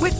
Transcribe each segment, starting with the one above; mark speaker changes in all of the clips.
Speaker 1: With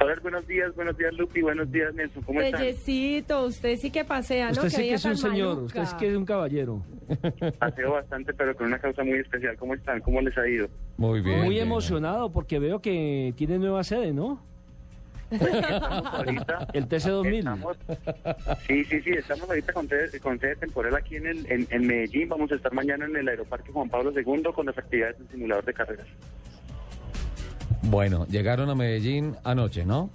Speaker 2: A ver, buenos días, buenos días, Lupi, buenos días, Nelson, ¿cómo están?
Speaker 3: Bellecito, usted sí que pasea, ¿no?
Speaker 4: Usted sí que
Speaker 3: venía
Speaker 4: es un
Speaker 3: tan
Speaker 4: señor,
Speaker 3: maluca.
Speaker 4: usted sí que es un caballero.
Speaker 2: Paseo bastante, pero con una causa muy especial, ¿cómo están? ¿Cómo les ha ido?
Speaker 5: Muy bien.
Speaker 4: Muy
Speaker 5: bien.
Speaker 4: emocionado porque veo que tiene nueva sede, ¿no?
Speaker 2: Ahorita
Speaker 4: El TC2000.
Speaker 2: estamos... Sí, sí, sí, estamos ahorita con sede, con sede temporal aquí en, el, en, en Medellín, vamos a estar mañana en el Aeroparque Juan Pablo II con las actividades del simulador de carreras.
Speaker 5: Bueno, llegaron a Medellín anoche, ¿no?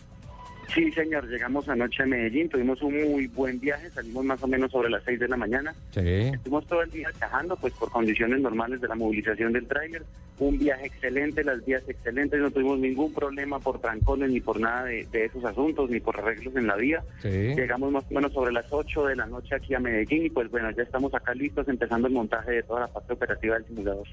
Speaker 2: Sí, señor, llegamos anoche a Medellín, tuvimos un muy buen viaje, salimos más o menos sobre las 6 de la mañana,
Speaker 5: Sí.
Speaker 2: Estuvimos todo el día viajando, pues por condiciones normales de la movilización del tráiler. Un viaje excelente, las vías excelentes, no tuvimos ningún problema por trancones ni por nada de, de esos asuntos, ni por arreglos en la vía.
Speaker 5: Sí.
Speaker 2: Llegamos más o menos sobre las 8 de la noche aquí a Medellín y pues bueno, ya estamos acá listos empezando el montaje de toda la parte operativa del simulador.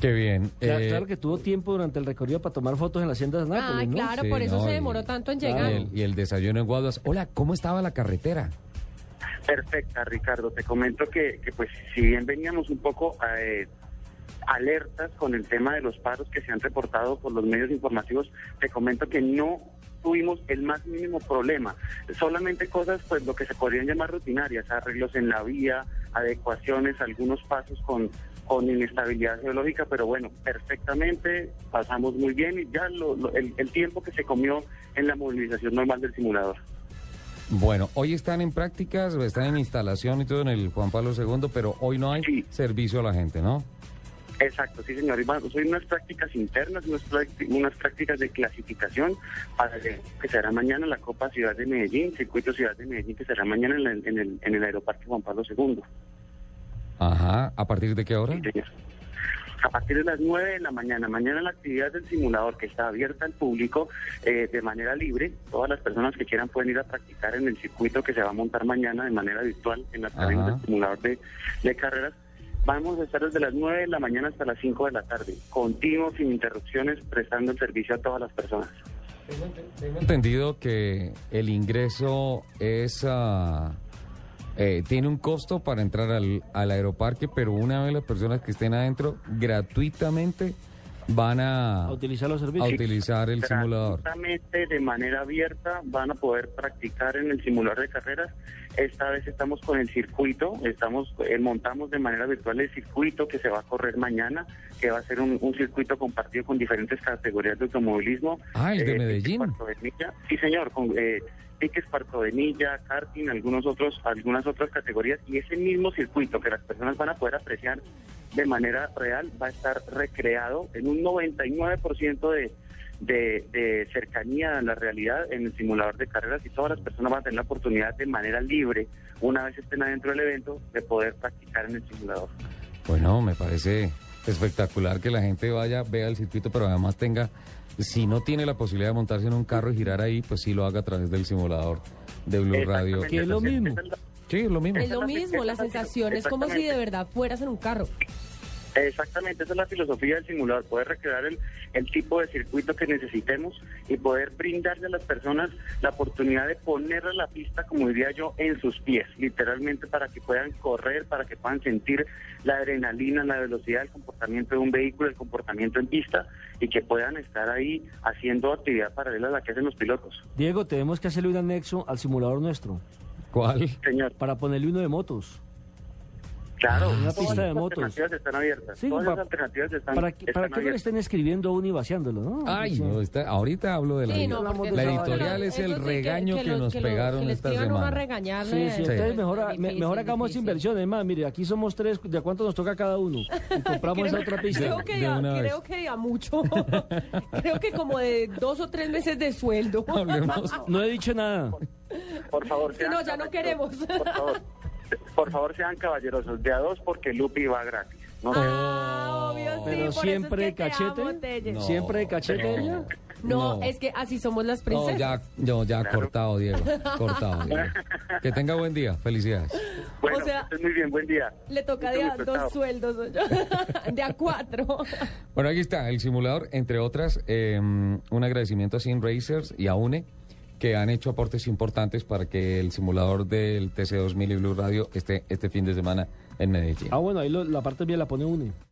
Speaker 5: Qué bien.
Speaker 4: Claro,
Speaker 5: Eh,
Speaker 4: claro que tuvo tiempo durante el recorrido para tomar fotos en las haciendas de
Speaker 3: Ay,
Speaker 4: Nápoles, ¿no?
Speaker 3: Ah, claro,
Speaker 5: Sí,
Speaker 3: por eso
Speaker 5: no,
Speaker 3: se
Speaker 5: y-
Speaker 3: demoró tanto en
Speaker 5: y
Speaker 3: llegar.
Speaker 5: el- y el desayuno en Guaduas. Hola, ¿cómo estaba la carretera?
Speaker 2: Perfecta, Ricardo. Te comento que, que, pues si bien veníamos un poco eh, alertas con el tema de los paros que se han reportado por los medios informativos, te comento que no tuvimos el más mínimo problema. Solamente cosas, pues lo que se podrían llamar rutinarias, arreglos en la vía, adecuaciones, algunos pasos con con inestabilidad geológica, pero bueno, perfectamente, pasamos muy bien y ya lo- lo- el- el tiempo que se comió en la movilización normal del simulador.
Speaker 5: Bueno, hoy están en prácticas, o están en instalación y todo en el Juan Pablo II, pero hoy no hay
Speaker 2: Sí.
Speaker 5: servicio a la gente, ¿no?
Speaker 2: Exacto, sí, señor. Y bueno, pues, Son unas prácticas internas, unas, prácti- unas prácticas de clasificación para el evento que será mañana la Copa Ciudad de Medellín, Circuito Ciudad de Medellín, que será mañana en el, en el, en el Aeroparque Juan Pablo II.
Speaker 5: Ajá. ¿A partir de qué hora?
Speaker 2: Sí, señor. A partir de las 9 de la mañana, mañana la actividad del simulador que está abierta al público eh, de manera libre. Todas las personas que quieran pueden ir a practicar en el circuito que se va a montar mañana de manera virtual en las cabinas
Speaker 5: Ajá.
Speaker 2: del simulador de, de carreras. Vamos a estar desde las 9 de la mañana hasta las 5 de la tarde, continuos, sin interrupciones, prestando el servicio a todas las personas.
Speaker 5: Tengo entendido que el ingreso es ah, eh, tiene un costo para entrar al, al aeroparque, pero una vez las personas que estén adentro gratuitamente van a,
Speaker 4: A utilizar los
Speaker 5: a
Speaker 4: servicios.
Speaker 5: utilizar el simulador.
Speaker 2: Exactamente, de manera abierta van a poder practicar en el simulador de carreras. Esta vez estamos con el circuito, estamos eh, montamos de manera virtual el circuito que se va a correr mañana, que va a ser un, un circuito compartido con diferentes categorías de automovilismo.
Speaker 5: Ah, el de
Speaker 2: Eh,
Speaker 5: Medellín.
Speaker 2: piques cuarto de milla. Sí, señor, con eh, piques cuarto de milla, karting, algunos otros, algunas otras categorías y ese mismo circuito que las personas van a poder apreciar de manera real va a estar recreado en un 99% de, de, de cercanía a la realidad en el simulador de carreras y todas las personas van a tener la oportunidad de manera libre, una vez estén adentro del evento, de poder practicar en el simulador.
Speaker 5: Bueno, me parece espectacular que la gente vaya, vea el circuito, pero además tenga, si no tiene la posibilidad de montarse en un carro y girar ahí, pues sí lo haga a través del simulador de Blue Radio.
Speaker 2: Exactamente,
Speaker 4: Que es lo
Speaker 2: entonces,
Speaker 4: mismo.
Speaker 2: esa es la-
Speaker 5: Sí, es lo mismo.
Speaker 3: Es lo mismo, la sensación es como si de
Speaker 2: Exactamente.
Speaker 3: verdad fueras en un carro.
Speaker 2: Exactamente, esa es la filosofía del simulador, poder recrear el, el tipo de circuito que necesitemos y poder brindarle a las personas la oportunidad de ponerle la pista, como diría yo, en sus pies, literalmente para que puedan correr, para que puedan sentir la adrenalina, la velocidad, el comportamiento de un vehículo, el comportamiento en pista y que puedan estar ahí haciendo actividad paralela a la que hacen los pilotos.
Speaker 4: Diego, tenemos que hacerle un anexo al simulador nuestro
Speaker 5: ¿Cuál?
Speaker 2: Señor,
Speaker 4: para ponerle uno de motos.
Speaker 2: claro,
Speaker 4: Una pista
Speaker 2: todas
Speaker 4: de
Speaker 2: las
Speaker 4: motos.
Speaker 2: alternativas están abiertas.
Speaker 4: Sí,
Speaker 2: todas las
Speaker 4: pa-
Speaker 2: alternativas están,
Speaker 4: Para que, para
Speaker 2: están
Speaker 4: que no le
Speaker 2: abiertas.
Speaker 4: estén escribiendo a uno y vaciándolo, ¿no?
Speaker 5: Ay,
Speaker 4: Sí.
Speaker 5: no, está- ahorita hablo de la,
Speaker 3: Sí, no, porque
Speaker 5: la
Speaker 3: eso-
Speaker 5: editorial
Speaker 3: pero
Speaker 5: es el
Speaker 3: eso sí que-
Speaker 5: regaño que,
Speaker 3: lo-
Speaker 5: nos
Speaker 3: lo-
Speaker 5: pegaron
Speaker 3: que le
Speaker 5: esta
Speaker 3: escriban uno a
Speaker 5: semana.
Speaker 3: regañarle,
Speaker 4: Sí, sí,
Speaker 3: es
Speaker 4: entonces mejor, a- me-
Speaker 3: difícil,
Speaker 4: mejor hagamos
Speaker 3: difícil.
Speaker 4: inversiones. Más, mire, aquí somos tres, ¿de a cuánto nos toca cada uno? Y compramos esa otra pista.
Speaker 3: Creo que,
Speaker 5: de
Speaker 3: a,
Speaker 5: una
Speaker 3: creo
Speaker 5: vez.
Speaker 3: que a mucho. creo que como de dos o tres meses de sueldo.
Speaker 5: Hablemos.
Speaker 4: No he dicho nada.
Speaker 2: Por favor,
Speaker 3: Sí, no, ya no
Speaker 2: caballerosos.
Speaker 3: queremos.
Speaker 2: Por favor, por favor, sean caballerosos. De a dos, porque Lupi va gratis. No,
Speaker 3: Ah, obvio, sí,
Speaker 4: Pero
Speaker 3: por
Speaker 4: siempre
Speaker 3: eso es que te
Speaker 4: cachete.
Speaker 3: amo, Telle.
Speaker 5: No,
Speaker 4: siempre de cachete
Speaker 5: pero-
Speaker 4: ella.
Speaker 3: No,
Speaker 5: No.
Speaker 3: es que así somos las
Speaker 5: No,
Speaker 3: princesas.
Speaker 5: ya, no, ya
Speaker 2: Claro.
Speaker 5: cortado, Diego. Cortado, Diego. Que tenga buen día. Felicidades.
Speaker 2: Bueno,
Speaker 3: O sea,
Speaker 2: que estés muy bien, buen día.
Speaker 3: Le toca de
Speaker 2: Mucho
Speaker 3: a
Speaker 2: gusto,
Speaker 3: dos
Speaker 2: chao.
Speaker 3: sueldos, oye. de a cuatro.
Speaker 5: Bueno, aquí está el simulador, entre otras, eh, un agradecimiento a Sim Racers y a UNE, que han hecho aportes importantes para que el simulador del TC2000 y Blue Radio esté este fin de semana en Medellín.
Speaker 4: Ah, bueno, ahí lo- la parte bien la pone UNE.